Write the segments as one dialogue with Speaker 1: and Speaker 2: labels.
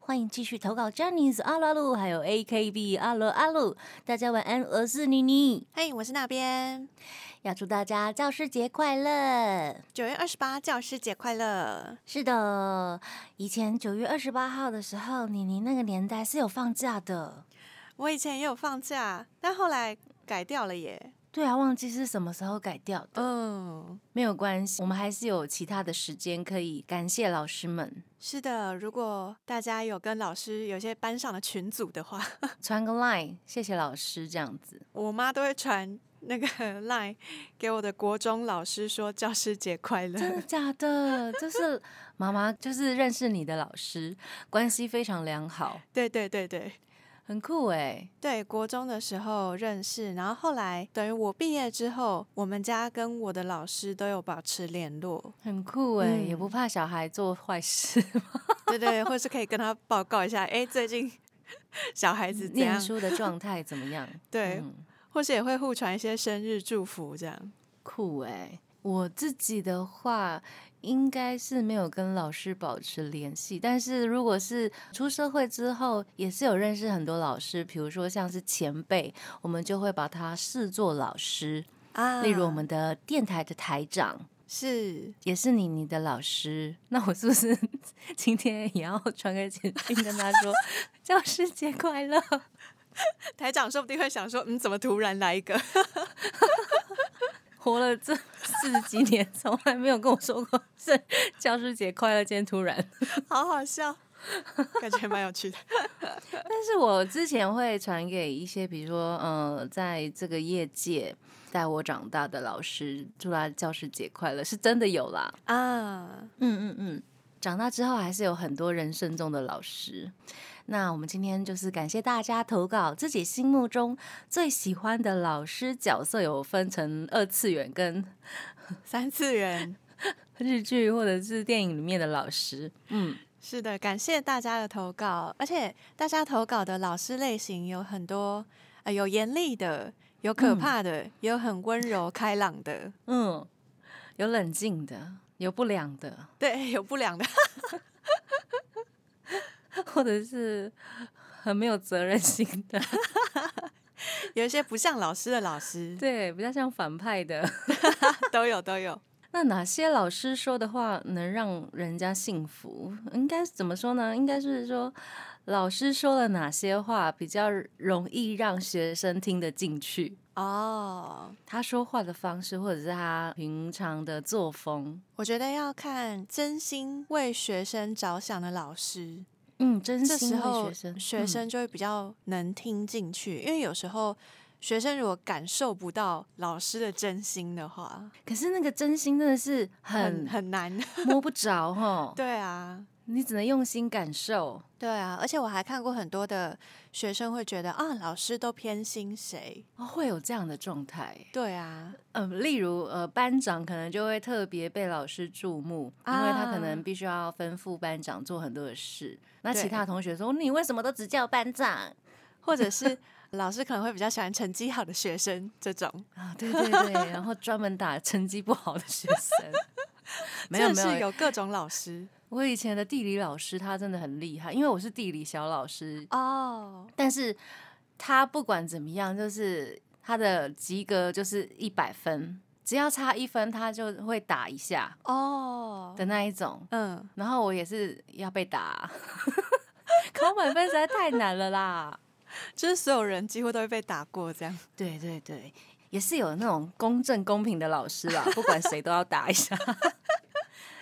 Speaker 1: 欢迎继续投稿 j a n i c e 阿鲁阿鲁，还有 AKB 阿鲁阿鲁。大家晚安，我是妮妮，
Speaker 2: 嘿，我是那边。
Speaker 1: 要祝大家教师节快乐！
Speaker 2: 九月二十八教师节快乐！
Speaker 1: 是的，以前九月二十八号的时候，妮妮那个年代是有放假的。
Speaker 2: 我以前也有放假，但后来改掉了耶。
Speaker 1: 对啊，忘记是什么时候改掉的，
Speaker 2: 嗯，
Speaker 1: 没有关系，我们还是有其他的时间可以感谢老师们，
Speaker 2: 是的，如果大家有跟老师有些班上的群组的话，
Speaker 1: 传个 line，谢谢老师这样子。
Speaker 2: 我妈都会传那个 line 给我的国中老师说教师节快
Speaker 1: 真的
Speaker 2: 乐。
Speaker 1: 假 的？就是妈妈，就是认识你的老师，关系非常良好，
Speaker 2: 对对对对
Speaker 1: 很酷哎、
Speaker 2: 对，国中的时候认识，然后后来等于我毕业之后，我们家跟我的老师都有保持联络。
Speaker 1: 很酷哎、
Speaker 2: 嗯
Speaker 1: 也不怕小孩做坏事。
Speaker 2: 对对，或是可以跟他报告一下，哎，最近 小孩子 怎
Speaker 1: 念
Speaker 2: 样？
Speaker 1: 书的状态怎么 样？
Speaker 2: 对，
Speaker 1: 嗯
Speaker 2: 或是也会互传一些生日祝福这样。
Speaker 1: 酷哎、我自己的话，应该是没有跟老师保持联系，但是如果是出社会之后，也是有认识很多老师，比如说像是前辈，我们就会把他视作老师，
Speaker 2: 啊
Speaker 1: 例如我们的电台的台长。
Speaker 2: 是
Speaker 1: 也是你你的老师， 那我是不是今天也要传个简讯跟他说 教师节快乐？
Speaker 2: 台长，说不定会想说，嗯，怎么突然来一个？
Speaker 1: 活了这四十几年，从来没有跟我说过 是教师节快乐，今天突然。
Speaker 2: 好好笑，感觉蛮有趣的。
Speaker 1: 但是我之前会传给一些，比如说，呃，在这个业界带我长大的老师，祝他教师节快乐，是真的有啦。
Speaker 2: 啊，
Speaker 1: 嗯嗯嗯，长大之后还是有很多人生中的老师。那我们今天就是感谢大家投稿自己心目中最喜欢的老师角色，有分成二次元跟
Speaker 2: 三次元。
Speaker 1: 日剧或者是电影里面的老师。嗯，
Speaker 2: 是的，感谢大家的投稿，而且大家投稿的老师类型有很多，呃，有严厉的，有可怕的，也有很温柔开朗的，
Speaker 1: 嗯，有冷静的，有不良的，
Speaker 2: 对，有不良的。
Speaker 1: 或者是很没有责任心的，
Speaker 2: 有一些不像老师的老师
Speaker 1: 对，比较像反派的。
Speaker 2: 都有都有。
Speaker 1: 那哪些老师说的话能让人家幸福？应该怎么说呢？应该是说，老师说了哪些话比较容易让学生听得进去？
Speaker 2: 哦，
Speaker 1: 他说话的方式，或者是他平常的作风，
Speaker 2: 我觉得要看真心为学生着想的老师，
Speaker 1: 嗯，真
Speaker 2: 这
Speaker 1: 心
Speaker 2: 时
Speaker 1: 的
Speaker 2: 候
Speaker 1: 学生，嗯
Speaker 2: 学生嗯就会比较能听进去，因为有时候。学生如果感受不到老师的真心的话
Speaker 1: 嗯，可是那个真心真的是
Speaker 2: 很
Speaker 1: 很
Speaker 2: 很难。
Speaker 1: 摸不着哈，
Speaker 2: 对啊，
Speaker 1: 你只能用心感受。
Speaker 2: 对啊，而且我还看过很多的学生会觉得啊，老师都偏心谁？
Speaker 1: 哦，会有这样的状态。
Speaker 2: 对啊，
Speaker 1: 呃，例如呃，班长可能就会特别被老师注目，因为他
Speaker 2: 啊
Speaker 1: 可能必须要吩咐班长做很多的事。那
Speaker 2: 对
Speaker 1: 其他同学说：“你为什么都只叫班长
Speaker 2: 或者 是老师可能会比较喜欢成绩好的学生这种，？”
Speaker 1: 啊，对对对，然后专门打成绩不好的学生。 没有
Speaker 2: 真
Speaker 1: 没
Speaker 2: 的是
Speaker 1: 有，
Speaker 2: 有各种老师
Speaker 1: 我以前的地理老师他真的很厉害，因为我是地理小老师，
Speaker 2: 哦。
Speaker 1: 但是他不管怎么样，就是他的及格就是一百分，只要差一分他就会打一下
Speaker 2: 哦，
Speaker 1: 的那一种。
Speaker 2: 嗯，
Speaker 1: 然后我也是要被打，考满分实在太难了啦。
Speaker 2: 就是所有人几乎都会被打过这样。
Speaker 1: 对对对，也是有那种公正公平的老师啦，不管谁都要打一下，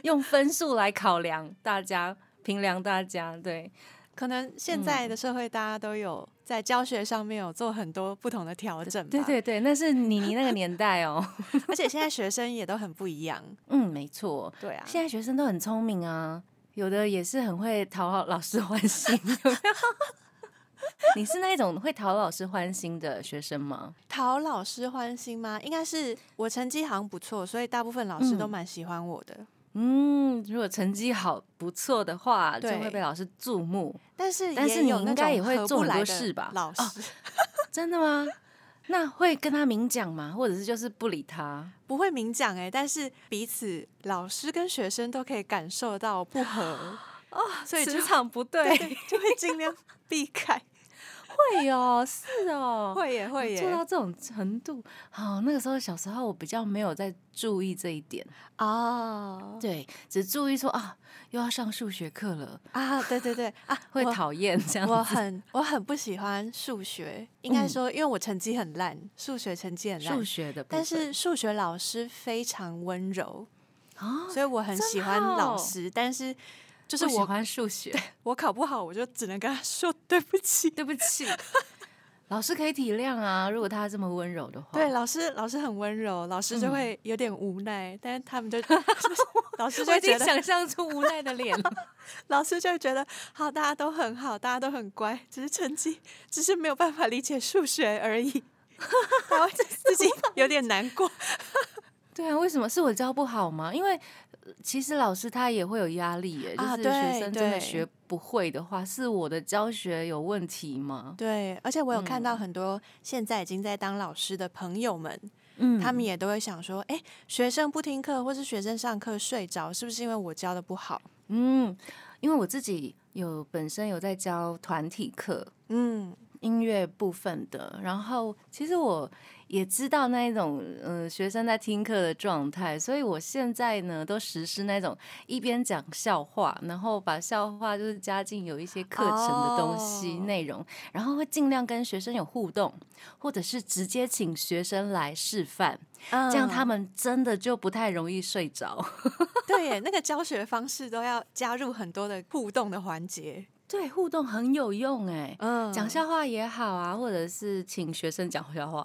Speaker 1: 用分数来考量大家，评量大家。对，
Speaker 2: 可能现在的社会，大家都有在教学上面有做很多不同的调整吧。
Speaker 1: 对对对，那是你你那个年代哦。
Speaker 2: 而且现在学生也都很不一样。
Speaker 1: 嗯，没错，
Speaker 2: 对啊
Speaker 1: 现在学生都很聪明啊。有的也是很会讨好老师欢心，有没有？ 你是那一种会讨老师欢心的学生吗？
Speaker 2: 讨老师欢心吗？应该是我成绩好像不错，所以大部分老师都
Speaker 1: 嗯
Speaker 2: 蛮喜欢我的。
Speaker 1: 嗯，如果成绩好不错的话，就
Speaker 2: 对
Speaker 1: 会被老师注目。
Speaker 2: 但是
Speaker 1: 但
Speaker 2: 也
Speaker 1: 是你
Speaker 2: 有
Speaker 1: 应
Speaker 2: 那
Speaker 1: 该
Speaker 2: 种
Speaker 1: 也会
Speaker 2: 合
Speaker 1: 做
Speaker 2: 不
Speaker 1: 很
Speaker 2: 来
Speaker 1: 多
Speaker 2: 的
Speaker 1: 事吧
Speaker 2: 老师、
Speaker 1: 哦真的吗？那会跟他明讲吗？或者是就是不理他？
Speaker 2: 不会明讲哎、但是彼此老师跟学生都可以感受到不合 哦，所以就
Speaker 1: 磁场不对，
Speaker 2: 对就会尽量避开。
Speaker 1: 会哦，是哦，
Speaker 2: 会耶会
Speaker 1: 做到
Speaker 2: 耶
Speaker 1: 这种程度。好，那个时候小时候我比较没有在注意这一点，
Speaker 2: 哦
Speaker 1: 对，只注意说啊，又要上数学课了，
Speaker 2: 啊，对对对啊，
Speaker 1: 会
Speaker 2: 我。
Speaker 1: 讨厌这样
Speaker 2: 我
Speaker 1: 子。
Speaker 2: 很我很不喜欢数学，应该
Speaker 1: 嗯
Speaker 2: 说，因为我成绩很烂，数学成绩很烂
Speaker 1: 数，学的部分，
Speaker 2: 但是数学老师非常温柔，
Speaker 1: 啊，
Speaker 2: 所以我很喜欢
Speaker 1: 好
Speaker 2: 老师，但是就
Speaker 1: 就是是喜
Speaker 2: 我
Speaker 1: 欢数学。
Speaker 2: 我考不好，我就只能跟他 说对不起。
Speaker 1: 对不起， 老师可以体谅啊，如果他这么温柔的话。
Speaker 2: 对，，老师老师很温柔，老师就
Speaker 1: 哦嗯
Speaker 2: 会有点无奈，但是他 们就老师就
Speaker 1: 我已
Speaker 2: 会
Speaker 1: 经
Speaker 2: 觉得
Speaker 1: 想象出无奈的脸了。
Speaker 2: 老师就会觉得好，大家都很好，大家都很乖，只是成绩只是没有办法理解数学而已， 他 会自己有点难过。
Speaker 1: 对啊，为什么是我教不好吗？因为呃其实老师他也会有压力耶，
Speaker 2: 啊
Speaker 1: 就是学
Speaker 2: 对
Speaker 1: 生真的
Speaker 2: 对
Speaker 1: 学不会的话，是我的教学有问题吗？
Speaker 2: 对，而且我有看到很多现在已经在当老师的朋友们，
Speaker 1: 嗯
Speaker 2: 他们也都会想说，哎、学生不听课，或是学生上课睡着，是不是因为我教的不好？
Speaker 1: 嗯，因为我自己有本身有在教团体课，
Speaker 2: 嗯，
Speaker 1: 音乐部分的，然后其实我也知道那一种呃学生在听课的状态，所以我现在呢都实施那种一边讲笑话，然后把笑话就是加进有一些课程的东西
Speaker 2: 哦
Speaker 1: 内容，然后会尽量跟学生有互动，或者是直接请学生来示范，
Speaker 2: 这
Speaker 1: 这样他们真的就不太容易睡着。
Speaker 2: 对耶，那个教学方式都要加入很多的互动的环节。
Speaker 1: 对，互动很有用哎、
Speaker 2: 嗯
Speaker 1: 讲笑话也好啊，或者是请学生讲笑话，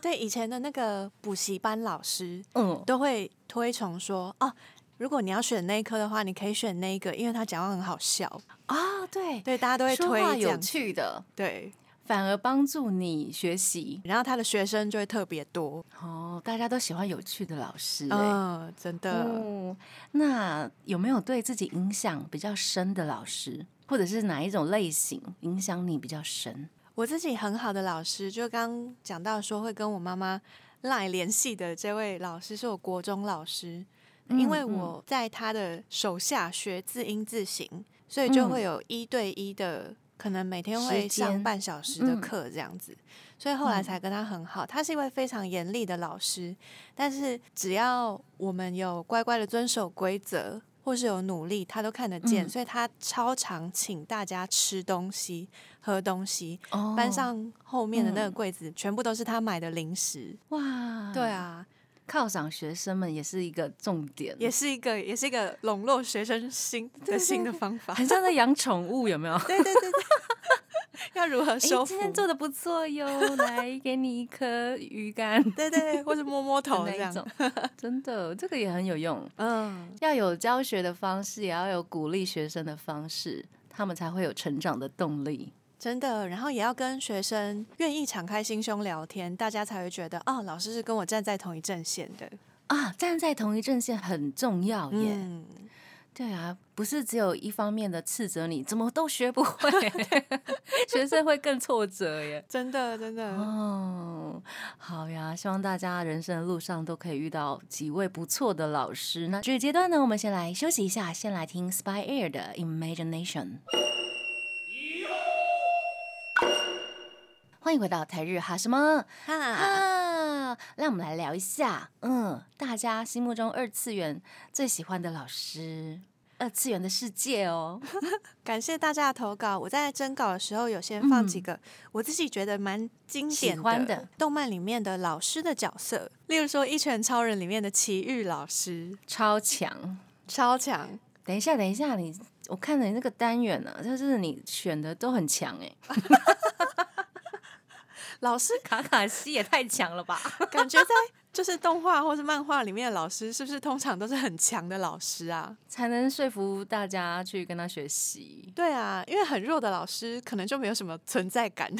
Speaker 2: 对以前的那个补习班老师
Speaker 1: 嗯，
Speaker 2: 都会推崇说，哦，如果你要选那一科的话，你可以选那一个，因为他讲话很好笑。
Speaker 1: 啊，对，
Speaker 2: 对，大家都会
Speaker 1: 说
Speaker 2: 推
Speaker 1: 话
Speaker 2: 这
Speaker 1: 有
Speaker 2: 样子。
Speaker 1: 趣的，
Speaker 2: 对，
Speaker 1: 反而帮助你学习
Speaker 2: 然后他的学生就会特别多。
Speaker 1: 哦。大家都喜欢有趣的老师、欸，
Speaker 2: 嗯，真的。
Speaker 1: 嗯，那有没有对自己影响比较深的老师，或者是哪一种类型影响你比较深？
Speaker 2: 我自己很好的老师，就刚讲到说会跟我妈妈赖联系的这位老师，是我国中老师，
Speaker 1: 嗯
Speaker 2: 因为我在他的手下学字音字形，所以就
Speaker 1: 嗯
Speaker 2: 会有一对一的，可能每天
Speaker 1: 时
Speaker 2: 会
Speaker 1: 间
Speaker 2: 上半小时的
Speaker 1: 嗯
Speaker 2: 课这样子，所以后来才跟他很好。他是一位非常严厉的老师，但是只要我们有乖乖的遵守规则，或是有努力，他都看得见。
Speaker 1: 嗯
Speaker 2: 所以他超常请大家吃东西、喝东西。
Speaker 1: 哦
Speaker 2: 班上后面的那个
Speaker 1: 嗯
Speaker 2: 柜子全部都是他买的零食。
Speaker 1: 哇，
Speaker 2: 对，啊，
Speaker 1: 犒赏学生们也是一个重点，
Speaker 2: 也是一个，也是一个笼络学生心的新的方法。
Speaker 1: 很像在养宠物，有没 有？
Speaker 2: 对对对对， 要如何
Speaker 1: 哎、
Speaker 2: 收服
Speaker 1: 今？天做的不错哟，来给你一颗鱼竿的
Speaker 2: 对对对，或是摸摸头这
Speaker 1: 那一
Speaker 2: 样。
Speaker 1: 种， 真的，这个也很有用。
Speaker 2: 嗯，
Speaker 1: 要有教学的方式，也要有鼓励学生的方式，他们才会有成长的动力。
Speaker 2: 真的。然后也要跟学生愿意敞开心胸聊天，大家才会觉得哦，老师是跟我站在同一阵线的。
Speaker 1: 啊，站在同一阵线很重要耶。
Speaker 2: 嗯，
Speaker 1: 对啊，不是只有一方面的斥责你，怎么都学不会，学生会更挫折耶。
Speaker 2: 真的真的。
Speaker 1: 哦，好呀，希望大家人生的路上都可以遇到几位不错的老师。那这个阶段呢，我们先来休息一下，先来听 Spy Air 的 Imagination。欢迎回到台日哈什么
Speaker 2: 哈，
Speaker 1: 啊？让我们来聊一下，嗯，大家心目中二次元最喜欢的老师，二次元的世界哦。
Speaker 2: 感谢大家的投稿。我在征稿的时候有先放几
Speaker 1: 嗯
Speaker 2: 个、我自己觉得蛮经
Speaker 1: 喜
Speaker 2: 典
Speaker 1: 欢的
Speaker 2: 的动漫里面的老师的角色，例如说《一拳超人》里面的奇遇老师，
Speaker 1: 超强。
Speaker 2: 超强。
Speaker 1: 等一下，等一下，你我看了你那个单元呢、啊，就是你选的都很强哎、
Speaker 2: 老师
Speaker 1: 卡卡西也太强了吧！
Speaker 2: 感觉在就是动画或是漫画里面的老师，是不是通常都是很强的老师啊？
Speaker 1: 才能说服大家去跟他学习。
Speaker 2: 对啊，因为很弱的老师可能就没有什么存在感。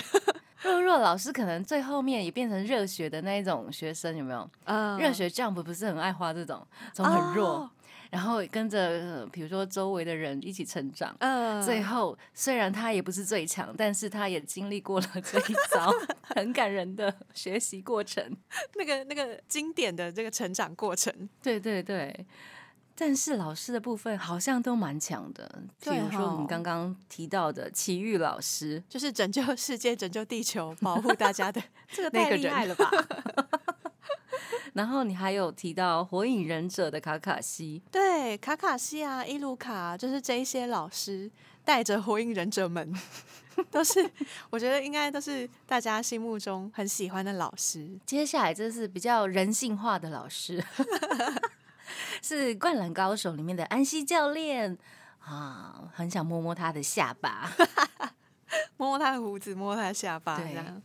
Speaker 1: 弱弱老师可能最后面也变成热血的那一种学生，有没有？
Speaker 2: 嗯
Speaker 1: 热血 Jump 不是很爱花这种，从很弱，
Speaker 2: 哦
Speaker 1: 然后跟着呃比如说周围的人一起成长。
Speaker 2: 嗯，
Speaker 1: 最后，虽然他也不是最强，但是他也经历过了这一 遭很感人的学习过程。
Speaker 2: 那个那个经典的这个成长过程，
Speaker 1: 对对对，但是老师的部分好像都蛮强的，比
Speaker 2: 对
Speaker 1: 如说我
Speaker 2: 吼
Speaker 1: 们刚刚提到的奇遇老师，
Speaker 2: 就是拯救世界、拯救地球、保护大家的这个
Speaker 1: 那
Speaker 2: 太
Speaker 1: 个
Speaker 2: 厉害
Speaker 1: 人
Speaker 2: 了吧？
Speaker 1: 然后你还有提到《火影忍者》的卡卡西，
Speaker 2: 对，卡卡西啊、伊鲁卡啊、就是这一些老师带着火影忍者们， 都是我觉得应该都是大家心目中很喜欢的老师。
Speaker 1: 接下来这是比较人性化的老师， 是《灌篮高手》里面的安西教练啊，很想摸摸他的下巴。
Speaker 2: 摸摸他的胡子，摸摸他的下巴，
Speaker 1: 对
Speaker 2: 这样。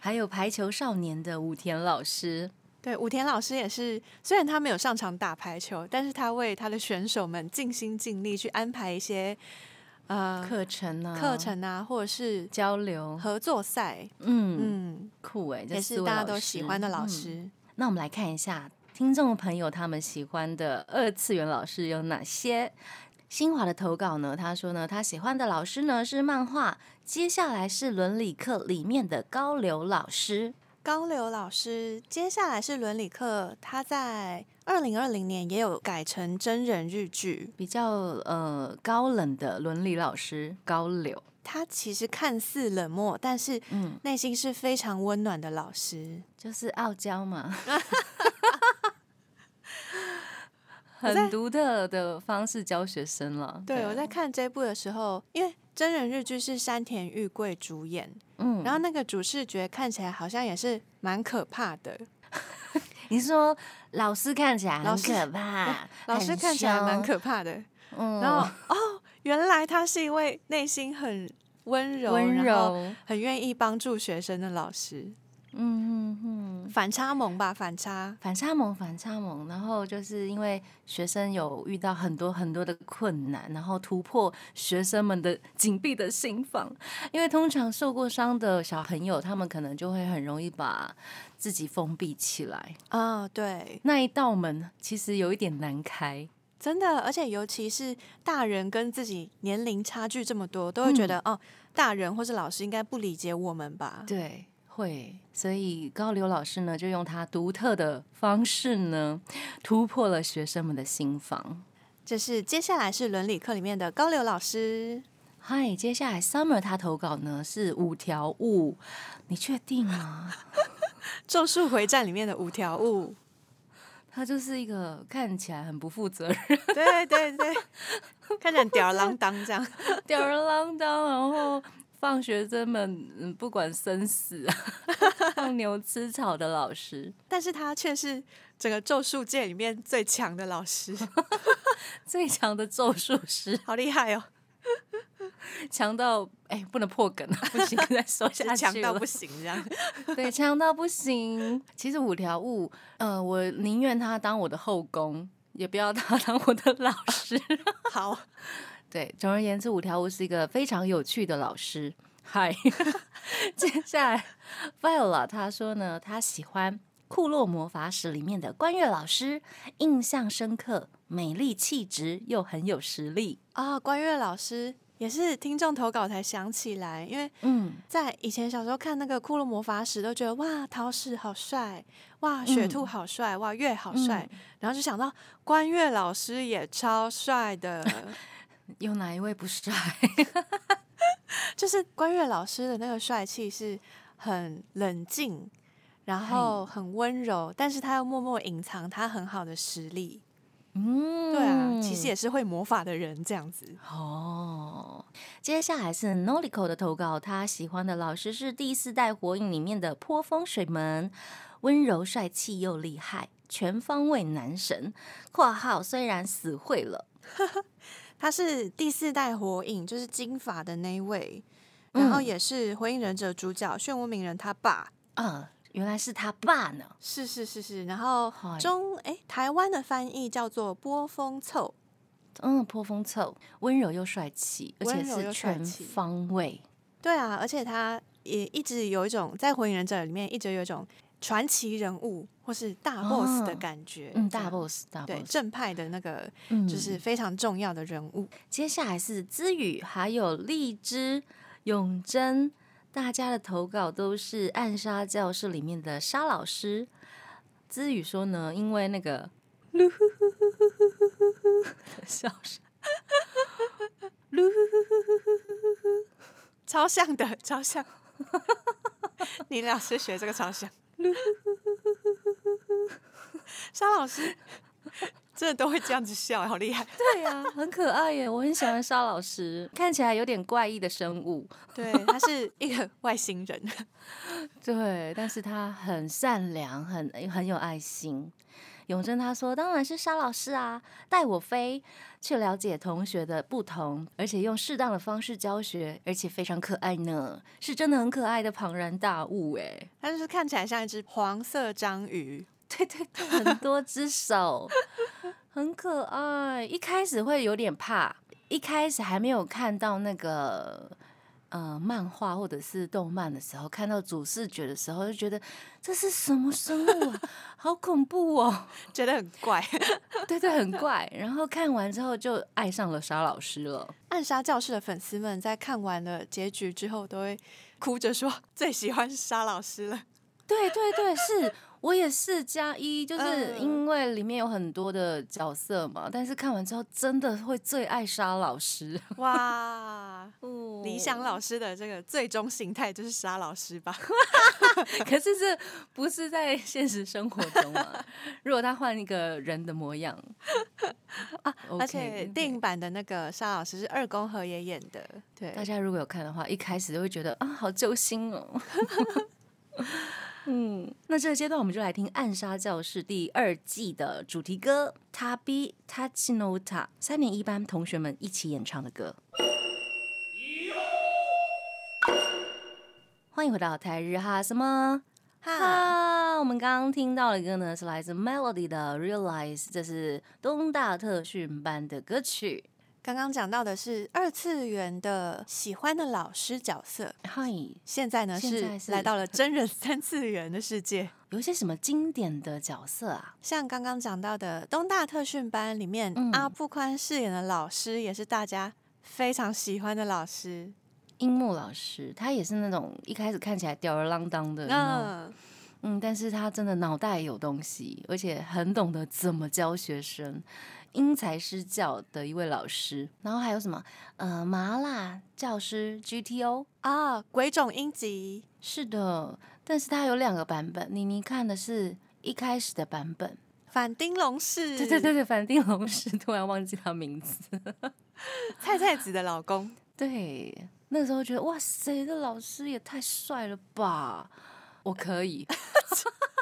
Speaker 1: 还有《排球少年》的武田老师，
Speaker 2: 对，武田老师也是，虽然他没有上场打排球，但是他为他的选手们尽心尽力去安排一些呃
Speaker 1: 课程啊，
Speaker 2: 课程啊，或者是
Speaker 1: 交流，
Speaker 2: 合作赛，
Speaker 1: 嗯，
Speaker 2: 嗯，
Speaker 1: 酷哎、这
Speaker 2: 也
Speaker 1: 四
Speaker 2: 是
Speaker 1: 位
Speaker 2: 大家
Speaker 1: 老
Speaker 2: 都喜欢的老
Speaker 1: 师。嗯
Speaker 2: 师。
Speaker 1: 那我们来看一下听众朋友他们喜欢的二次元老师有哪些。新华的投稿呢，他说呢，他喜欢的老师呢是漫画，接下来是伦理课里面的高流老师。
Speaker 2: 高流老师，接下来是伦理课，他在二零二零年也有改成真人日剧。
Speaker 1: 比较呃高冷的伦理老师高柳，
Speaker 2: 他其实看似冷漠，但是
Speaker 1: 嗯，
Speaker 2: 内心是非常温暖的老师。
Speaker 1: 就是傲娇 嘛，
Speaker 2: 我在
Speaker 1: 很独特的方式教学生了。
Speaker 2: 对，
Speaker 1: 啊
Speaker 2: 我在看这部的时候，因为真人日剧是山田裕贵主演，
Speaker 1: 嗯，
Speaker 2: 然
Speaker 1: 然
Speaker 2: 后
Speaker 1: 后
Speaker 2: 那个主视觉看起来好像也是蛮可怕的，
Speaker 1: 你说老师看起来
Speaker 2: 老
Speaker 1: 很
Speaker 2: 师
Speaker 1: 可怕，
Speaker 2: 老师
Speaker 1: 很
Speaker 2: 看起来蛮
Speaker 1: 凶
Speaker 2: 可怕的。
Speaker 1: 嗯
Speaker 2: 然后哦，原来他是一位内心很温柔、
Speaker 1: 温
Speaker 2: 然后
Speaker 1: 柔，嗯
Speaker 2: 很愿意帮助学生的老师。
Speaker 1: 嗯嗯嗯，
Speaker 2: 反差萌吧，反差。
Speaker 1: 反差萌，反差萌。然后就是因为学生有遇到很多很多的困难，然后突破学生们的紧闭的心房。因为通常受过伤的小朋友，他们可能就会很容易把自己封闭起来，
Speaker 2: 哦，对，
Speaker 1: 那一道门其实有一点难开。
Speaker 2: 真的，而且尤其是大人跟自己年龄差距这么多，都会觉得、
Speaker 1: 嗯
Speaker 2: 哦，大人或是老师应该不理解我们吧？
Speaker 1: 对，会。所以高刘老师呢，就用他独特的方式呢，突破了学生们的心房。
Speaker 2: 这是接下来是伦理课里面的高流老师，
Speaker 1: 嗨，接下来 Summer 他投稿呢是五条悟，你确定吗？
Speaker 2: 《咒术回战》里面的五条悟。
Speaker 1: 他就是一个看起来很不负责任、
Speaker 2: 对对对，看起来很吊儿郎当这样。
Speaker 1: 吊儿郎当，然后放学生们嗯不管生死啊，放牛吃草的老师。
Speaker 2: 但是他却是整个咒术界里面最强的老师，
Speaker 1: 最强的咒术师，
Speaker 2: 好厉害 哦！
Speaker 1: 强到哎、不能破梗了，不行，再说
Speaker 2: 就
Speaker 1: 下
Speaker 2: 是 强
Speaker 1: 去
Speaker 2: 到
Speaker 1: 了
Speaker 2: 不。行这样。
Speaker 1: 对，强到不行。其实五条悟，呃，我宁愿他当我的后宫，也不要他 当我的老师。
Speaker 2: 好，
Speaker 1: 对，总而言之，五条悟是一个非常有趣的老师。嗨， 接下来 Viola 他说呢，他喜欢《库洛魔法使》里面的关月老师，印象深刻，美丽气质又很有实力。
Speaker 2: 啊、关月老师也是听众投稿才想起来，因为
Speaker 1: 嗯，
Speaker 2: 在以前小时候看那个《骷髅魔法使》，都觉得哇，桃矢好帅，哇，雪兔好帅，哇，月好帅，然后就想到关月老师也超帅的，
Speaker 1: 有哪一位不帅？
Speaker 2: 就是关月老师的那个帅气是很冷静，然后很温柔，但是他又默默隐藏他很好的实力。
Speaker 1: 嗯，
Speaker 2: 对啊，其实也是会魔法的人这样子。
Speaker 1: 哦，接下来是 Nolico 的投稿，他喜欢的老师是第四代《火影》里面的泼风水门，温柔帅气又厉害，全方位男神。（括号虽然死会了，
Speaker 2: 他是第四代火影，就是金发的那一位，然后
Speaker 1: 嗯
Speaker 2: 也是火影忍者主角漩涡鸣人他爸。
Speaker 1: 啊，原来是他爸呢。
Speaker 2: 是是是是，然后
Speaker 1: 嗨
Speaker 2: 中哎、台湾的翻译叫做波风凑，
Speaker 1: 嗯，颇风凑，温柔又帅气，而且
Speaker 2: 温柔
Speaker 1: 是
Speaker 2: 又帅
Speaker 1: 全
Speaker 2: 气
Speaker 1: 方位。
Speaker 2: 对啊，而且他也一直有一种在《火影忍者》里面一直有一种传奇人物或是大 boss 的
Speaker 1: 哦
Speaker 2: 感觉，
Speaker 1: 嗯，
Speaker 2: 这
Speaker 1: 大
Speaker 2: 样
Speaker 1: boss，大
Speaker 2: 对
Speaker 1: boss。
Speaker 2: 正派的那个
Speaker 1: 嗯
Speaker 2: 就是非常重要的人物。
Speaker 1: 接下来是知语，还有荔枝、永贞，大家的投稿都是《暗杀教室》里面的沙老师。知语说呢，因为那个 笑声，
Speaker 2: 超像的，超像。 你老师学这个超像。沙老师真的都会这样子笑，好厉害。
Speaker 1: 对呀、很可爱耶，我很喜欢沙老师，看起来有点怪异的生物，
Speaker 2: 对，他是一个外星人。
Speaker 1: 对，但是他很善良，很很有爱心。永贞他说：“当然是沙老师啊，带我飞，去了解同学的不同，而且用适当的方式教学，而且非常可爱呢，是真的很可爱的庞然大物哎、
Speaker 2: 他就是看起来像一只黄色章鱼，
Speaker 1: 对对对，很多只手，很可爱。一开始会有点怕，一开始还没有看到那个呃漫画或者是动漫的时候，看到主视觉的时候，就觉得这是什么生物啊， 好恐怖哦！
Speaker 2: 觉得很怪。
Speaker 1: 对对，很怪。然后看完之后就爱上了沙老师了。
Speaker 2: 暗杀教室的粉丝们在看完了结局之后，都会哭着说最喜欢沙老师了。
Speaker 1: 对对对，是。我也是加一，就是
Speaker 2: 嗯
Speaker 1: 因为里面有很多的角色嘛，但是看完之后真的会最爱沙老师。
Speaker 2: 哇，
Speaker 1: 哦
Speaker 2: 理想老师的这个最终形态就是沙老师 吧？
Speaker 1: 可是这不是在现实生活中啊？如果他换一个人的模样啊 o k
Speaker 2: 而且电影版的那个沙老师是二宫和也演的，对
Speaker 1: 大，家如果有看的话，一开始就会觉得啊，好揪心哦。 嗯，那这个阶段我们就来听《暗杀教室》第二季的主题歌《Tabi Tachinota》，三年一班同学们一起演唱的歌。欢迎回到台日哈什么？
Speaker 2: 哈，
Speaker 1: 哈，我们刚刚听到的歌呢，是来自 Melody 的《Realize》，这是东大特训班的歌曲。
Speaker 2: 刚刚讲到的是二次元的喜欢的老师角色，
Speaker 1: 嗨，
Speaker 2: 现在呢
Speaker 1: 现
Speaker 2: 是
Speaker 1: 在是
Speaker 2: 来到了真人三次元的世界。
Speaker 1: 有一些什么经典的角色啊？
Speaker 2: 像刚刚讲到的东大特训班里面，
Speaker 1: 嗯
Speaker 2: 阿布宽饰演的老师也是大家非常喜欢的老师。
Speaker 1: 樱木老师，他也是那种一开始看起来吊儿郎当的，嗯
Speaker 2: 嗯，
Speaker 1: 嗯，但是他真的脑袋有东西，而且很懂得怎么教学生，因材施教的一位老师。然后还有什么？呃，麻辣教师 GTO，
Speaker 2: 啊，鬼冢英吉
Speaker 1: 是的，但是它有两个版本，妮妮看的是一开始的版本。
Speaker 2: 反町隆士，
Speaker 1: 对对对，对，反町隆史突然忘记他名字。
Speaker 2: 菜菜子的老公。
Speaker 1: 对，那个时候觉得哇塞，这老师也太帅了吧！我可以，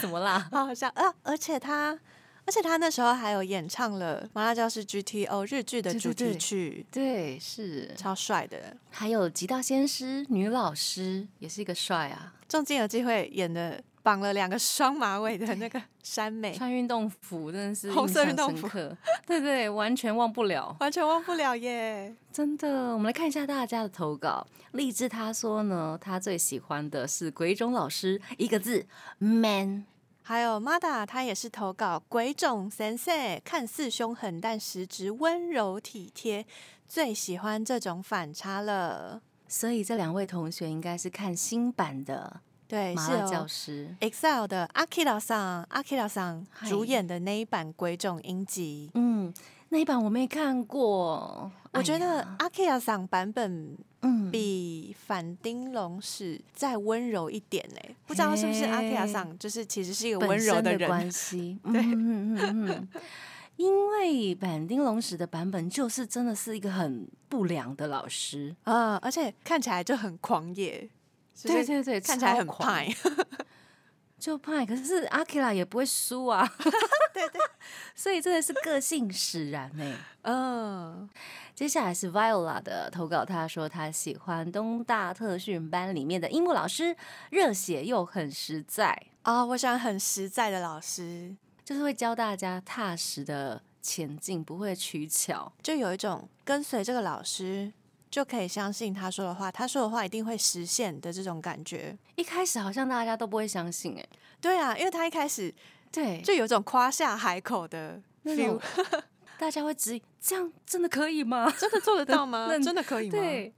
Speaker 1: 怎么啦？
Speaker 2: 好好笑啊！而且他，而且他那时候还有演唱了《麻辣教师 GTO》日剧的
Speaker 1: 对对
Speaker 2: 主
Speaker 1: 对
Speaker 2: 题曲，
Speaker 1: 对，是，
Speaker 2: 超帅的。
Speaker 1: 还有吉道先师女老师也是一个帅啊，
Speaker 2: 重金有机会演的绑了两个双马尾的那个 山美，
Speaker 1: 穿运动服真的是
Speaker 2: 哎红
Speaker 1: 印
Speaker 2: 色
Speaker 1: 象
Speaker 2: 运动
Speaker 1: 深
Speaker 2: 服
Speaker 1: 刻对对，完全忘不了。
Speaker 2: 完全忘不了耶！
Speaker 1: 真的，我们来看一下大家的投稿。励志他说呢，他最喜欢的是鬼冢老师，一个字 man。
Speaker 2: 还有 Mada，他也是投稿鬼冢 Sensei，看似凶狠，但实质温柔体贴，最喜欢这种反差了。
Speaker 1: 所以这两位同学应该是看新版的
Speaker 2: 对，
Speaker 1: 麻
Speaker 2: 是
Speaker 1: 辣教
Speaker 2: 有
Speaker 1: 师。
Speaker 2: Excel 的 Akira 桑，Akira 桑
Speaker 1: 嗨
Speaker 2: 主演的那一版鬼冢英吉。
Speaker 1: 嗯，那一版我没看过，
Speaker 2: 我觉
Speaker 1: 哎
Speaker 2: 得
Speaker 1: 呀
Speaker 2: 阿 k i a 桑版本
Speaker 1: 嗯，
Speaker 2: 比反町隆史再温柔一点呢、不知道是不是阿 k i a 桑就是其实是一个温
Speaker 1: 本
Speaker 2: 柔
Speaker 1: 身的
Speaker 2: 人
Speaker 1: 关，系。嗯嗯嗯嗯 嗯，因为板丁龙史的版本就是真的是一个很不良的老师，
Speaker 2: 嗯，而且看起来就很狂野，就
Speaker 1: 对
Speaker 2: 是
Speaker 1: 对对，
Speaker 2: 看起来
Speaker 1: 超
Speaker 2: 很
Speaker 1: 狂
Speaker 2: 派，
Speaker 1: 就派，可是阿 k 拉也不会输 啊，对对，所以真的是个性使然哎、
Speaker 2: 嗯，
Speaker 1: 接下来是 Viola 的投稿，她说她喜欢东大特训班里面的樱木老师，热血又很实在，
Speaker 2: 啊、我想很实在的老师，
Speaker 1: 就是会教大家踏实的前进，不会取巧。
Speaker 2: 就有一种跟随这个老师就可以相信他说的话，他说的话一定会实现的这种感觉。
Speaker 1: 一开始好像大家都不会相信、欸，哎，
Speaker 2: 对啊，因为他一开始
Speaker 1: 对，
Speaker 2: 就有一种夸下海口的
Speaker 1: 那种
Speaker 2: feel，
Speaker 1: 大家会质疑这样真的可以吗？
Speaker 2: 真的做得到 吗
Speaker 1: 那？
Speaker 2: 真的可以吗？，
Speaker 1: 对，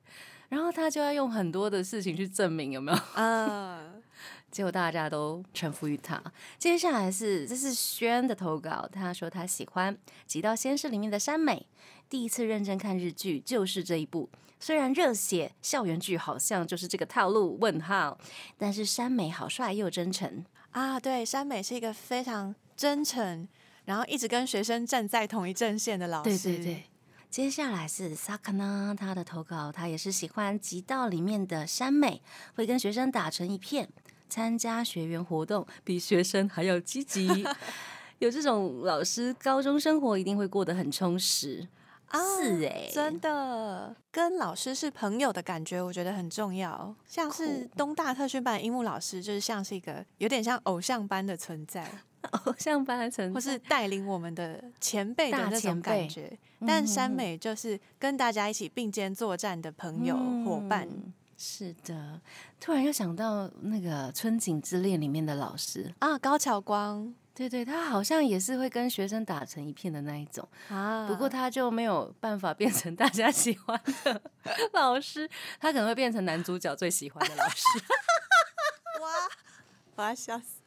Speaker 1: 然后他就要用很多的事情去证明有没有，
Speaker 2: 嗯，
Speaker 1: 结果大家都臣服于他。接下来是这是轩的投稿，他说他喜欢《极道先师》里面的山美，第一次认真看日剧就是这一部。虽然热血校园剧好像就是这个套路，问号，但是山美好帅又真诚，
Speaker 2: 啊，对，山美是一个非常真诚，然后一直跟学生站在同一阵线的老
Speaker 1: 对
Speaker 2: 师。
Speaker 1: 对对。接下来是萨卡纳，他的投稿，他也是喜欢《极道》里面的山美，会跟学生打成一片，参加学员活动比学生还要积 极。有这种老师，高中生活一定会过得很充实。
Speaker 2: 啊，
Speaker 1: 是欸
Speaker 2: 真的，跟老师是朋友的感觉，我觉得很重要。像是东大特训班的樱木老师，就是像是一个有点像偶像般的存 在，
Speaker 1: 偶像般的存
Speaker 2: 或是带领我们的前辈的
Speaker 1: 大
Speaker 2: 那种
Speaker 1: 前辈
Speaker 2: 感觉。但山
Speaker 1: 嗯嗯嗯
Speaker 2: 美就是跟大家一起并肩作战的朋友、伙伴。
Speaker 1: 嗯是的，突然又想到那个《春景之恋》里面的老师，
Speaker 2: 啊，高桥光
Speaker 1: 对对，他好像也是会跟学生打成一片的那一种。
Speaker 2: 啊，
Speaker 1: 不过他就没有办法变成大家喜欢的老师，他可能会变成男主角最喜欢的老师。
Speaker 2: 我要笑死。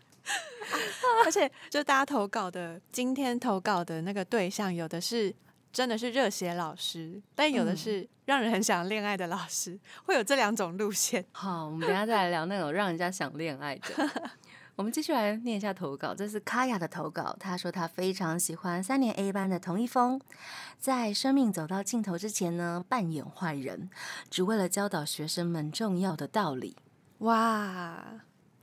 Speaker 2: 而且，就大家投稿的，今天投稿的那个对象，有的是真的是热血老师，但有的是让人很想恋爱的老师，会有这两种路线。
Speaker 1: 好，我们等一下再来聊那种让人家想恋爱的。我们继续来念一下投稿，这是卡雅的投稿。她说她非常喜欢三年 A 班的童一峰，在生命走到尽头之前呢，扮演坏人，只为了教导学生们重要的道理。
Speaker 2: 哇，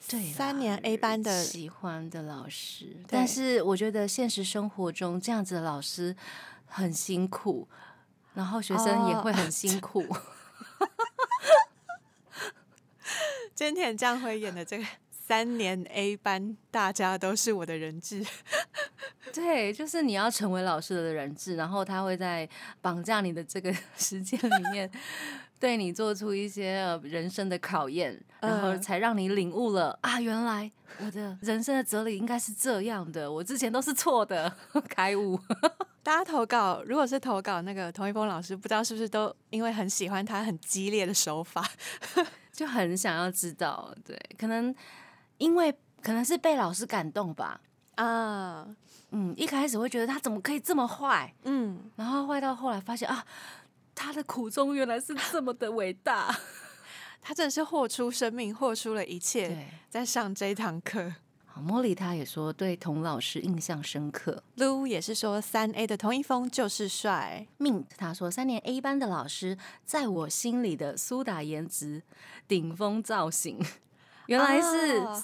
Speaker 1: 对啦，
Speaker 2: 三年 A 班的
Speaker 1: 喜欢的老师，但
Speaker 2: 对
Speaker 1: 是我觉得现实生活中这样子的老师很辛苦，然后学生也
Speaker 2: 哦
Speaker 1: 会很辛苦。
Speaker 2: 菅田将晖演的这个三年 A 班，大家都是我的人质。
Speaker 1: 对，就是你要成为老师的人质，然后他会在绑架你的这个 时间里面，对你做出一些呃人生的考验，然后
Speaker 2: 嗯
Speaker 1: 才让你领悟了啊，原来我的人生的哲理应该是这样的，我之前都是错的， 开悟。
Speaker 2: 大家投稿，如果是投稿那个童一峰老师，不知道是不是都因为很喜欢他很激烈的手法，
Speaker 1: 就很想要知道，对，可能因为可能是被老师感动吧，
Speaker 2: 啊，
Speaker 1: 嗯，一开始会觉得他怎么可以这么坏，
Speaker 2: 嗯，
Speaker 1: 然后坏到后来发现啊，他的苦衷原来是这么的伟大，
Speaker 2: 他真的是豁出生命，豁出了一 切，
Speaker 1: 对。
Speaker 2: 在上这一堂课。
Speaker 1: 好，茉莉她也说对童老师印象深刻。
Speaker 2: Lu 也是说，三 A 的同一峰就是帅，
Speaker 1: 命她说三年 A 班的老师在我心里的苏打颜值顶峰造型， 原来是
Speaker 2: 哦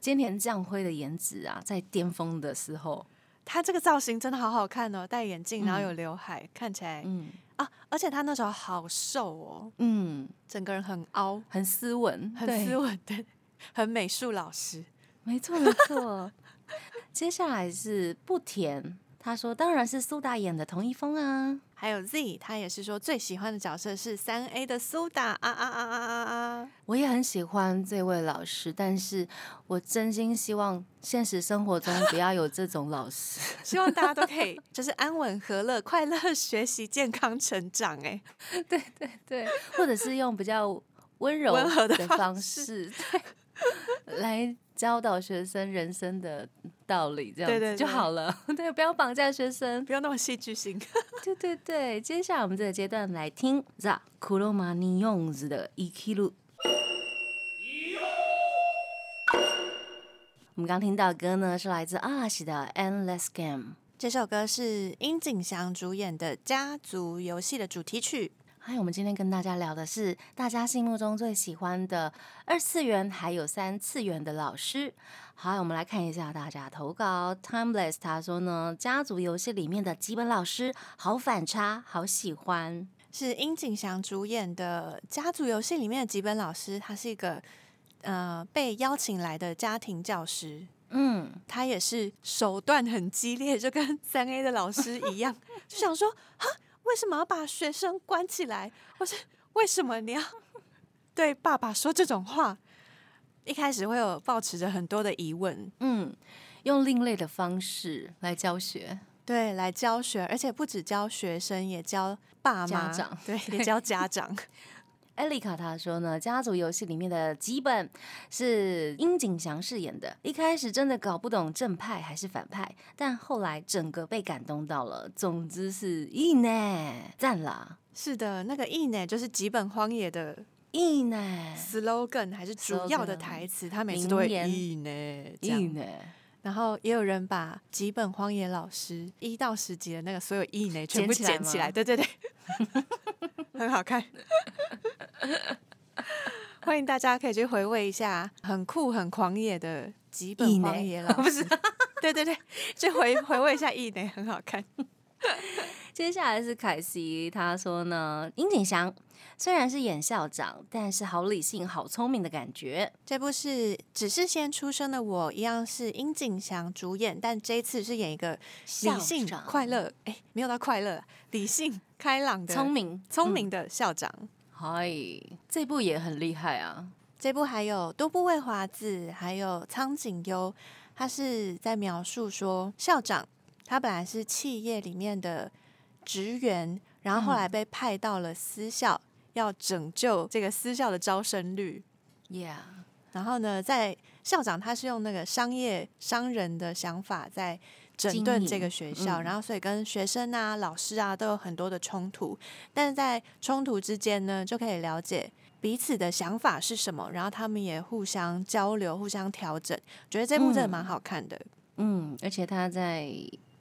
Speaker 1: 菅田将晖的颜值啊，在巅峰的时候，
Speaker 2: 他这个造型真的好好看哦，戴眼镜，然后
Speaker 1: 嗯
Speaker 2: 有刘海，看起来
Speaker 1: 嗯
Speaker 2: 啊，而且他那时候好瘦哦，
Speaker 1: 嗯，
Speaker 2: 整个人很凹，
Speaker 1: 很斯文，
Speaker 2: 很
Speaker 1: 对
Speaker 2: 斯文，对， 很美术老师。
Speaker 1: 没错，没错。 接下来是不甜，他说当然是苏打演的同一峰啊。
Speaker 2: 还有 Z，他也是说最喜欢的角色是三 A 的苏打啊啊啊啊啊啊！
Speaker 1: 我也很喜欢这位老师，但是我真心希望现实生活中不要有这种老师。
Speaker 2: 希望大家都可以就是安稳、和乐、快乐学习、健康成长、哎，
Speaker 1: 对对对， 或者是用比较温柔
Speaker 2: 温和的
Speaker 1: 的
Speaker 2: 方
Speaker 1: 方式，对， 来教导学生人生的道理，这样
Speaker 2: 对
Speaker 1: 子
Speaker 2: 对
Speaker 1: 就
Speaker 2: 对
Speaker 1: 好了。 对，不要绑架学生。
Speaker 2: 不要那么戏剧性。
Speaker 1: 对对对，接下来我们这个阶段来听 The Kuromani Yons 的 Ikiru。我们刚听到的歌呢，是来自阿拉西的《Endless Game》。
Speaker 2: 这首歌是樱井翔主演的《家族游戏》的主题曲。
Speaker 1: 嗨，我们今天跟大家聊的是大家心目中最喜欢的二次元还有三次元的老师。好，我们来看一下大家投稿。Timeless 他说呢，家族游戏里面的基本老师好反差，好喜欢。
Speaker 2: 是殷景祥主演的《家族游戏》里面的吉本老师，他是一个呃被邀请来的家庭教师，
Speaker 1: 嗯，
Speaker 2: 他也是手段很激烈，就跟 三 A 的老师一样，就想说啊，为什么要把学生关起来？或是为什么你要对爸爸说这种话？一开始会有抱持着很多的疑问，
Speaker 3: 嗯，用另类的方式来教学，
Speaker 2: 对，来教学，而且不只教学生，也教爸妈，
Speaker 3: 家长
Speaker 2: 对，也教家长。
Speaker 1: 艾丽卡她说呢，家族游戏里面的基本是殷景祥饰演的。一开始真的搞不懂正派还是反派，但后来整个被感动到了。总之是意呢，赞啦，
Speaker 2: 是的，那个意呢，就是吉本荒野的
Speaker 1: 意呢，
Speaker 2: slogan 还是主要的台词，他每次都会意呢
Speaker 1: 意
Speaker 2: 这样。
Speaker 1: 呢，
Speaker 2: 然后也有人把吉本荒野老师一到十集的那个所有意呢全部
Speaker 3: 捡起来
Speaker 2: 捡起来，
Speaker 3: 吗
Speaker 2: 对对对， 很好看。 欢迎大家可以去回味一下很酷很狂野的吉
Speaker 1: 意
Speaker 2: 本
Speaker 1: 呢
Speaker 2: 荒野老师，对对对，去回回味一下意呢，很好看。
Speaker 1: 接下来是凯西，他说呢，殷景祥虽然是演校长，但是好理性、好聪明的感觉。
Speaker 2: 这部是只是先出生的我，一样是殷景祥主演，但这一次是演一个理性
Speaker 1: 校、长
Speaker 2: 快乐，哎，没有到快乐，理性、开朗的、
Speaker 3: 聪、明，
Speaker 2: 聪明的校长。
Speaker 3: 嗨，这部也很厉害啊，
Speaker 2: 这部还有多部未华子，还有苍井优，他是在描述说校长他本来是企业里面的职员，然后后来被派到了私校，要拯救这个私校的招生率。
Speaker 3: ，Yeah，
Speaker 2: 然后呢，在校长他是用那个商业商人的想法在整顿这个学校，然后所以跟学生啊、老师啊都有很多的冲突，但是在冲突之间呢，就可以了解彼此的想法是什么，然后他们也互相交流、互相调整。觉得这部真的蛮好看的，
Speaker 3: 嗯，而且他在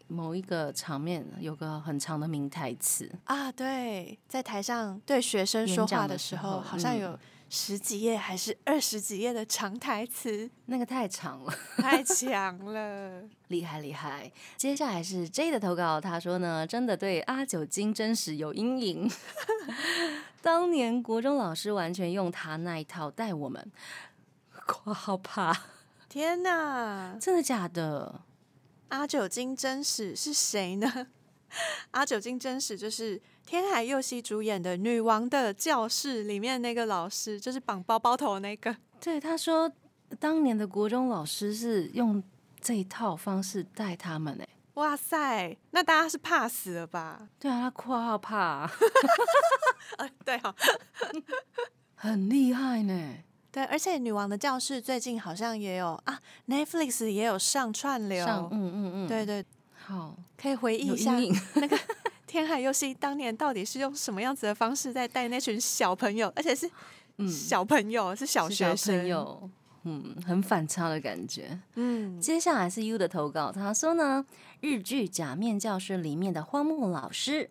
Speaker 3: 某一个场面有个很长的名台词，
Speaker 2: 啊，对，在台上对学生说
Speaker 3: 演讲
Speaker 2: 话
Speaker 3: 的
Speaker 2: 的时
Speaker 3: 时
Speaker 2: 候，
Speaker 3: 候
Speaker 2: 好像
Speaker 3: 嗯
Speaker 2: 有十几页还是二十几页的长台 词，
Speaker 3: 那个太长了，
Speaker 2: 太强了。
Speaker 3: 厉害厉害。接下来是 J 的投稿，他说呢，真的对阿九金真实有阴 影。当年国中老师完全用他那一套带我们，括号怕，
Speaker 2: 天哪！
Speaker 3: 真的假的？
Speaker 2: 阿九金真史是谁呢？ 阿九金真史就是天海佑希主演的《女王的教室》里面那个老师，就是绑包包头的那个。
Speaker 3: 对，他说当年的国中老师是用这一套方式带他们诶、 欸
Speaker 2: 哇塞，那大家是怕死了吧？
Speaker 3: 对啊，他括号怕、
Speaker 2: 啊，对哦，
Speaker 3: 很厉害呢。
Speaker 2: 对，而且《女王的教室》最近好像也有啊，Netflix 也有上串流，
Speaker 3: 上，嗯嗯嗯，
Speaker 2: 对，对，
Speaker 3: 好，
Speaker 2: 可以回忆
Speaker 3: 有
Speaker 2: 一下
Speaker 3: 阴影。
Speaker 2: 那个天海佑希当年到底是用什么样子的方式在带那群小朋友，而且是
Speaker 3: 嗯，
Speaker 2: 小朋友，是小
Speaker 3: 是
Speaker 2: 学生，
Speaker 3: 朋友，嗯，很反差的感觉。
Speaker 2: 嗯，
Speaker 1: 接下来是 U 的投稿，他说呢，日剧《假面教师》里面的荒木老师，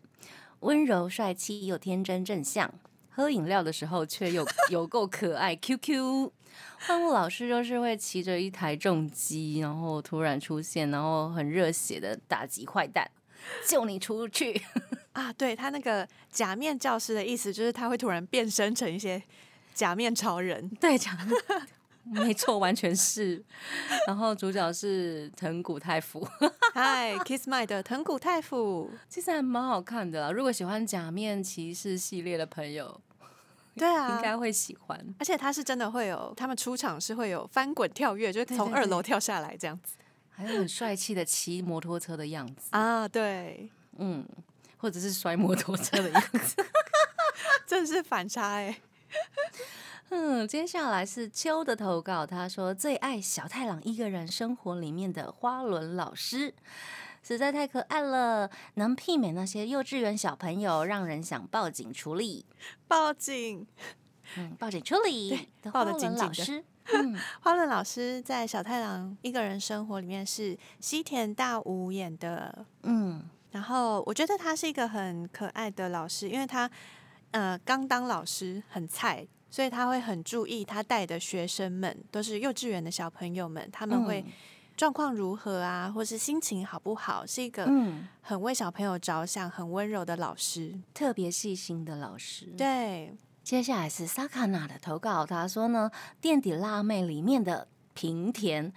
Speaker 1: 温柔帅气又天真正向，
Speaker 3: 喝饮料的时候却 又有够可爱，QQ。换木老师就是会骑着一台重机，然后突然出现，然后很热血的打击坏蛋，救你出去。
Speaker 2: 啊，对他那个假面教师的意思就是他会突然变身成一些假面 超人，
Speaker 3: 对，讲得没错，完全是。然后主角是藤谷太辅，
Speaker 2: 嗨，Kiss My 的藤谷太辅，
Speaker 3: 其实还蛮好看的啦。如果喜欢假面骑士系列的朋友，
Speaker 2: 对啊
Speaker 3: 应，该会喜欢。
Speaker 2: 而且他是真的会有，他们出场是会有翻滚跳跃，就是
Speaker 3: 对
Speaker 2: 从
Speaker 3: 对
Speaker 2: 二
Speaker 3: 对
Speaker 2: 楼跳下来这样子
Speaker 3: 还有很帅气的骑摩托车的样子，
Speaker 2: 啊，对，
Speaker 3: 嗯，或者是摔摩托车的样子。
Speaker 2: 真的是反差哎、
Speaker 3: 嗯，接
Speaker 1: 接下来是秋的投稿，他说最爱小太郎一个人生活里面的花轮老师，实在太可爱了，能媲美那些幼稚园小朋友，让人想报警处理。
Speaker 2: 报警！
Speaker 1: 嗯，报警处理的花
Speaker 2: 抱得紧
Speaker 1: 轮老
Speaker 2: 紧的
Speaker 1: 师，
Speaker 2: 花轮老师在《小太郎一个人生活》里面是西田大吾演的
Speaker 1: 嗯
Speaker 2: 然后我觉得他是一个很可爱的老师，因为他呃刚当老师很菜，所以他会很注意他带的学生们都是幼稚园的小朋友们，他们
Speaker 1: 嗯
Speaker 2: 会状况如何啊，或是心情好不好，是一个
Speaker 1: 嗯，
Speaker 2: 很为小朋友着想、很温柔的老师。
Speaker 1: 特别细心的老师。
Speaker 2: 对，
Speaker 1: 接下来是萨卡娜的投稿，她说呢，《垫底辣妹》里面的平田。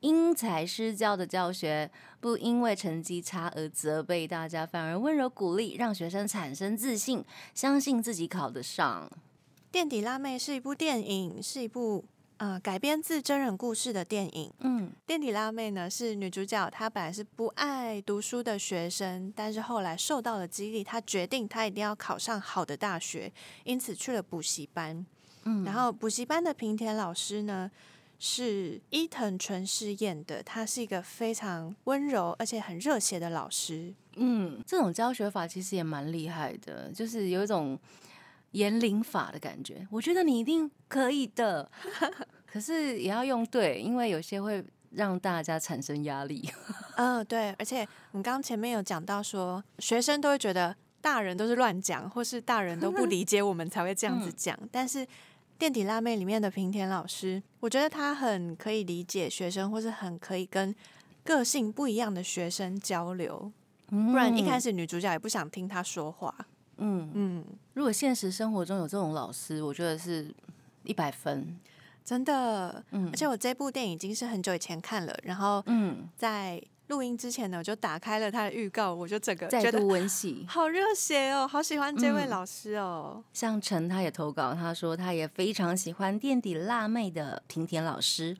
Speaker 1: 因材施教的教学，不因为成绩差而责备大家，反而温柔鼓励，让学生产生自信，相信自己考得上。
Speaker 2: 垫底辣妹是一部电影，是一部呃改编自真人故事的电影。
Speaker 1: 嗯，
Speaker 2: 垫底辣妹呢是女主角，她本来是不爱读书的学生，但是后来受到了激励，她决定她一定要考上好的大学，因此去了补习班。嗯，然后补习班的平田老师呢是伊藤纯饰演的，他是一个非常温柔而且很热血的老师。
Speaker 1: 嗯，这种教学法其实也蛮厉害的，就是有一种言灵法的感觉。我觉得你一定可以的，可是也要用对，因为有些会让大家产生压力。
Speaker 2: 嗯，对，而且我们刚刚前面有讲到说，学生都会觉得大人都是乱讲，或是大人都不理解我们才会这样
Speaker 1: 嗯
Speaker 2: 子讲。但是《垫底辣妹》里面的平田老师，我觉得他很可以理解学生，或是很可以跟个性不一样的学生交流。
Speaker 1: 不
Speaker 2: 不然一开
Speaker 1: 始，
Speaker 2: 始女主角也不想听他说话。
Speaker 1: 嗯，
Speaker 2: 嗯，
Speaker 1: 如果现实生活中有这种老师，我觉得是一百分。
Speaker 2: 真的，
Speaker 1: 嗯
Speaker 2: 而且我这部电影已经是很久以前看了，然后
Speaker 1: 嗯，
Speaker 2: 在录音之前呢，我就打开了他的预告，我就整个
Speaker 1: 再
Speaker 2: 觉得
Speaker 1: 度温习。
Speaker 2: 好热血哦，好喜欢这位
Speaker 1: 嗯
Speaker 2: 老师哦。
Speaker 1: 像陈他也投稿，他说他也非常喜欢垫底辣妹的平田老师，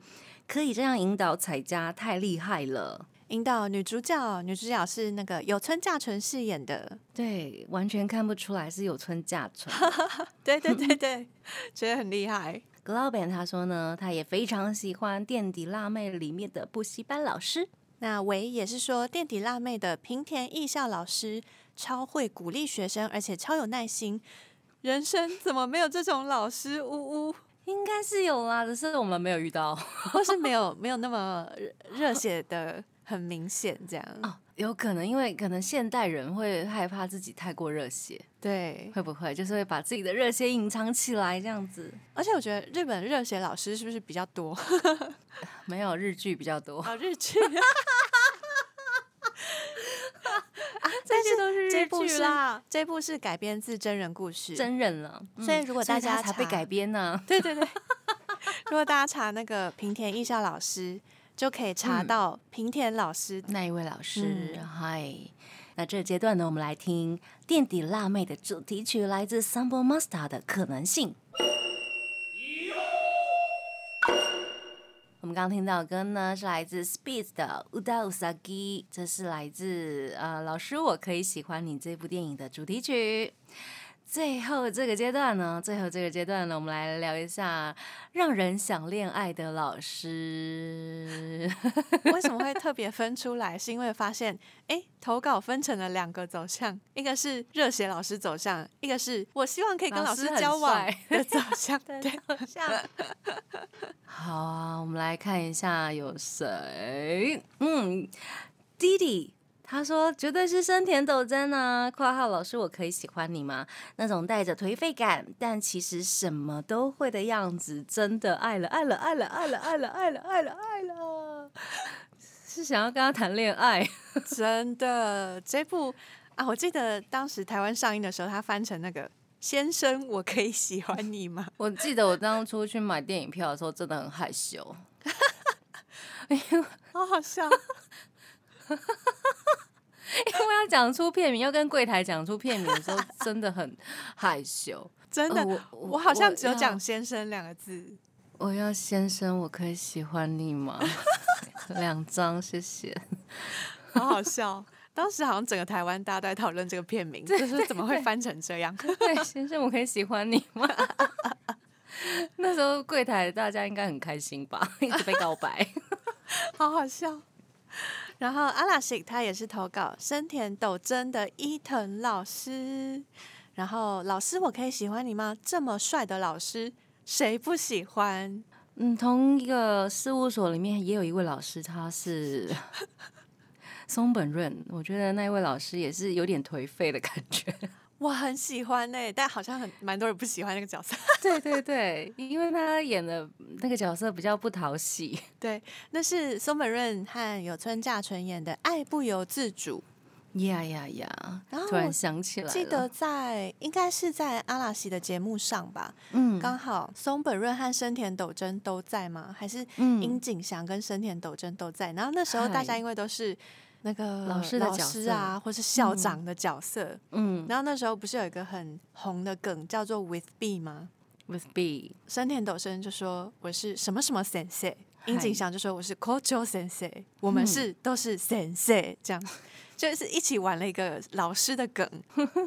Speaker 1: 可以这样引导彩家，太厉害了。
Speaker 2: 引导女主角，女主角是那个有村架纯饰演的。
Speaker 1: 对，完全看不出来是有村架纯。
Speaker 2: 对对 对对，觉得很厉害。
Speaker 1: 格老板他说呢，他也非常喜欢垫底辣妹里面的补习班老师。
Speaker 2: 那唯也是说，垫底辣妹的平田艺校老师超会鼓励学生，而且超有耐心。人生怎么没有这种老师？呜呜，
Speaker 1: 应该是有啦，只是我们没有遇到。
Speaker 2: 或是没有没有那么热热血的，很明显这样。
Speaker 1: 哦，有可能，因为可能现代人会害怕自己太过热血，
Speaker 2: 对，
Speaker 1: 会不会就是会把自己的热血隐藏起来这样子？
Speaker 2: 而且我觉得日本热血老师是不是比较多？
Speaker 1: 没有日剧比较多，
Speaker 2: 啊，日剧。
Speaker 1: 这些都是
Speaker 2: 这
Speaker 1: 日
Speaker 2: 部
Speaker 1: 剧
Speaker 2: 是
Speaker 1: 啦，
Speaker 2: 这部是改编自真人故事，
Speaker 1: 真人了，嗯
Speaker 2: 所以如果大
Speaker 1: 所以
Speaker 2: 家
Speaker 1: 它才被
Speaker 2: 查
Speaker 1: 改编呢、
Speaker 2: 对对对，如果大家查那个平田艺校老师，就可以查
Speaker 1: 嗯
Speaker 2: 到平田老师。
Speaker 1: 那一位老师，
Speaker 2: 嗯
Speaker 1: 嗨、那这个阶段呢，我们来听垫底辣妹的主题曲，来自 Sambo Master 的《可能性》。我们刚刚听到的歌呢，是来自 Speed 的《Uda Usagi》，这是来自呃《老师我可以喜欢你》这部电影的主题曲。最后这个阶段呢，最后这个阶段呢，我们来聊一下让人想恋爱的老师。
Speaker 2: 为什么会特别分出来？是因为发现，哎，投稿分成了两个走向，一个是热血老师走向，一个是我希望可以跟
Speaker 1: 老
Speaker 2: 老
Speaker 1: 师
Speaker 2: 师
Speaker 1: 很
Speaker 2: 交往
Speaker 1: 帅
Speaker 2: 的走向。 对，
Speaker 1: 好啊，我们来看一下有谁。嗯，弟弟。他说：“绝对是生田斗真啊！”（括号老师，我可以喜欢你吗？）那种带着颓废感，但其实什么都会的样子，真的爱了，爱了，爱了，爱了，爱了，爱了，爱了，爱了，是想要跟他谈恋爱。
Speaker 2: 真的这部啊，我记得当时台湾上映的时候，它翻成那个“先生，我可以喜欢你吗
Speaker 1: 我记得我当初去买电影票的时候，真的很害羞。？”
Speaker 2: 好好笑。
Speaker 1: 因为要讲出片名，要跟柜台讲出片名的时候，真的很害羞。
Speaker 2: 真的，
Speaker 1: 呃
Speaker 2: 我嗯
Speaker 1: 我我
Speaker 2: 好像
Speaker 1: 我
Speaker 2: 只有
Speaker 1: 要
Speaker 2: 讲“先生”两个字。
Speaker 1: 我要先生，我可以喜欢你 吗？两张，谢谢。
Speaker 2: 好好笑。当时好像整个台湾大家都在讨论这个片名，就是怎么会翻成这样？
Speaker 1: 对，先生，我可以喜欢你吗？ 那时候柜台大家应该很开心吧， 一直被告白。
Speaker 2: 好好笑。 然后阿拉西他也是投稿生田斗真的伊藤老师，然后老师我可以喜欢你吗？这么帅的老师谁不喜欢？
Speaker 1: 嗯，同一个事务所里面也有一位老师，他是 松本润，我觉得那一位老师也是有点颓废的感觉。
Speaker 2: 我很喜欢呢、欸但好像很蛮多人不喜欢那个角色。
Speaker 1: 对对对，因为他演的那个角色比较不讨 喜。
Speaker 2: 对，那是松本润和有村架纯演的《爱不由自主》。
Speaker 1: 呀呀呀！
Speaker 2: 然后
Speaker 1: 突然
Speaker 2: 我
Speaker 1: 想起来了，
Speaker 2: 记得在应该是在阿拉西的节目上吧，
Speaker 1: 嗯，
Speaker 2: 刚好松本润和生田斗真都在吗？还是
Speaker 1: 嗯
Speaker 2: 樱井翔跟生田斗真都在？然后那时候大家
Speaker 1: 嗨
Speaker 2: 因为都是那个
Speaker 1: 老师的
Speaker 2: 老
Speaker 1: 角
Speaker 2: 师
Speaker 1: 色
Speaker 2: 啊，或是校长的角色。
Speaker 1: 嗯
Speaker 2: 然后那时候不是有一个很红的梗叫做 “with B” 吗？
Speaker 1: ，with B，
Speaker 2: 生田斗真就说我是什么什么 sensei，樱井翔就说我是 kojo sensei，我们是、都是 sensei 这样， 就是一起玩了一个老师的 梗。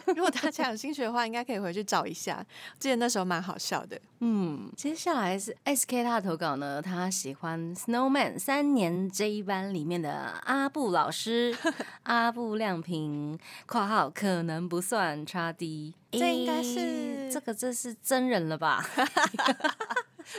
Speaker 2: 如果大家有兴趣的话，应该可以回去找一下，记得那时候蛮好笑的。
Speaker 1: 嗯，接下来是 SK 他的投稿呢，他喜欢 Snowman 三年 J 班里面的阿布老 师阿布亮平（括号可能不算差 D），
Speaker 2: 这应
Speaker 1: 诶
Speaker 2: 该是
Speaker 1: 这个这是真人了 吧？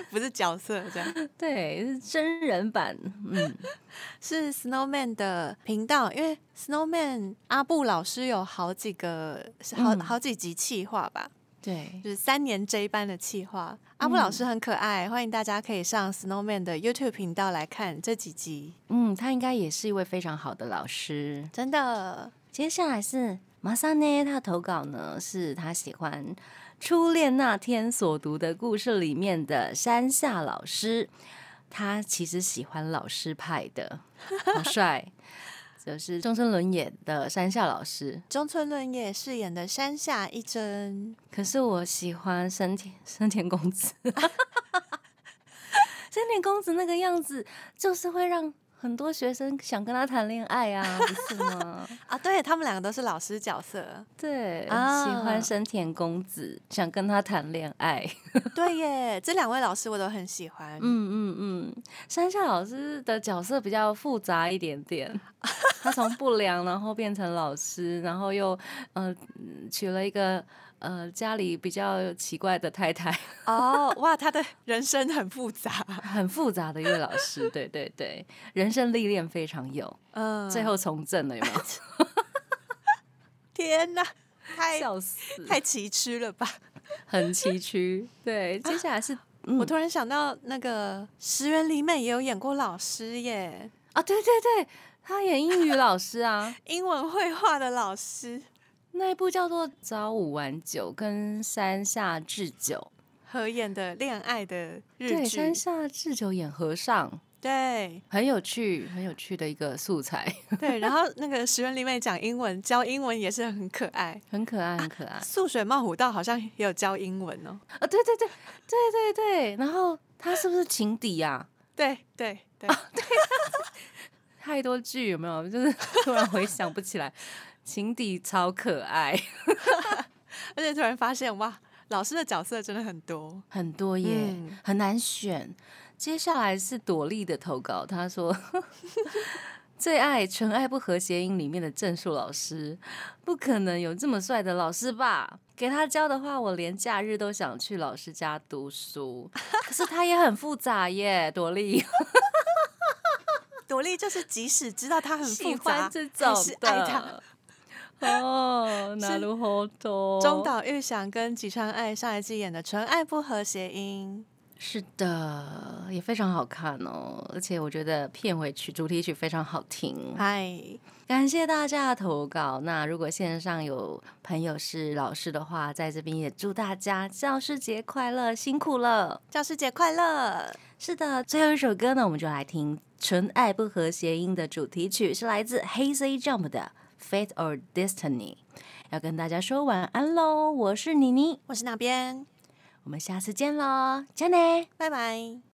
Speaker 2: 不是角色这样，
Speaker 1: 对，是真人版，嗯，
Speaker 2: 是 Snowman 的频道，因为 Snowman 阿布老师有好几个好
Speaker 1: 嗯
Speaker 2: 好几集企划吧，
Speaker 1: 对，
Speaker 2: 就是三年 J 班的企划。阿布老师很可爱，欢迎大家可以上 Snowman 的 YouTube 频道来看这几集，
Speaker 1: 嗯，他应该也是一位非常好的老师。
Speaker 2: 真的。
Speaker 1: 接下来是马萨呢，他的投稿呢是他喜欢《初恋那天》所读的故事里面的山下老师，他其实喜欢老师派的， 好帅，就是中村伦也的山下老师。
Speaker 2: 中村伦也饰演的山下一真，
Speaker 1: 可是我喜欢生田生田公子， 生田公子那个样子就是会让很多学生想跟他谈恋爱啊，不是吗？
Speaker 2: 啊，对他们两个都是老师角色，
Speaker 1: 对，喜
Speaker 2: 啊
Speaker 1: 欢生田公子，想跟他谈恋爱。
Speaker 2: 对耶，这两位老师我都很喜欢。
Speaker 1: 嗯嗯嗯，山下老师的角色比较复杂一点 点，他从不良然后变成老师，然后又呃嗯娶了一个呃家里比较奇怪的太太，
Speaker 2: 哦，哇，他的 人生很复杂，
Speaker 1: 很复杂的一位老师。对对对，人生历练非常有，
Speaker 2: 嗯，
Speaker 1: 最后从政了有没有？
Speaker 2: 天哪，太
Speaker 1: 笑死，
Speaker 2: 太崎岖了吧！
Speaker 1: 很崎岖。对，接下来是。嗯
Speaker 2: 我突然想到，那个石原里美也有演过老师耶，
Speaker 1: 啊，对对对，他演英语老师啊，
Speaker 2: 英文绘画的老师，
Speaker 1: 那一部叫做《朝五晚九》跟山下智久，
Speaker 2: 合演的恋爱的日
Speaker 1: 对，
Speaker 2: 剧
Speaker 1: 山，下智久演和尚，
Speaker 2: 对
Speaker 1: 很有趣，很有趣的一个素材，
Speaker 2: 对。然后那个石原里美讲英文，教英文也是很可 爱。
Speaker 1: 很可爱，很可爱
Speaker 2: 素水茂虎道好像也有教英文哦，
Speaker 1: 啊！对对对对对对，然后他是不是情敌啊？
Speaker 2: 对对对，
Speaker 1: 太多剧有没有？就是突然回想不起来， 情敌超可爱，
Speaker 2: 而且突然发现哇，老师的角色真的很多，
Speaker 1: 很多耶，
Speaker 2: 嗯
Speaker 1: 很难选。接下来是朵莉的投稿，她说 最爱《纯爱不和谐音》里面的郑树老师，不可能有这么帅的老师吧？给他教的话，我连假日都想去老师家读书。可是他也很复杂耶，朵莉
Speaker 2: 朵莉就是即使知道他很
Speaker 1: 喜
Speaker 2: 复
Speaker 1: 欢
Speaker 2: 杂，
Speaker 1: 这种
Speaker 2: 还是
Speaker 1: 的
Speaker 2: 爱他。
Speaker 1: 哦，なるほど。
Speaker 2: 中岛裕翔跟吉川爱上一季演的《纯爱不和谐音
Speaker 1: 是的，也非常好看哦，而且我觉得片尾曲、主题曲非常好听》，。
Speaker 2: 嗨，
Speaker 1: 感谢大家的投稿。那如果线上有朋友是老师的话，在这边也祝大家教师节快乐，辛苦了。
Speaker 2: 教师节快乐！
Speaker 1: 是的，最后一首歌呢，我们就来听《纯爱不和谐音》的主题曲，是来自 Hazy Jump 的《Fate or Destiny》。要跟大家说晚安喽，我是妮妮，
Speaker 2: 我是那边，
Speaker 1: 我们下次见喽，加奈。
Speaker 2: 拜拜。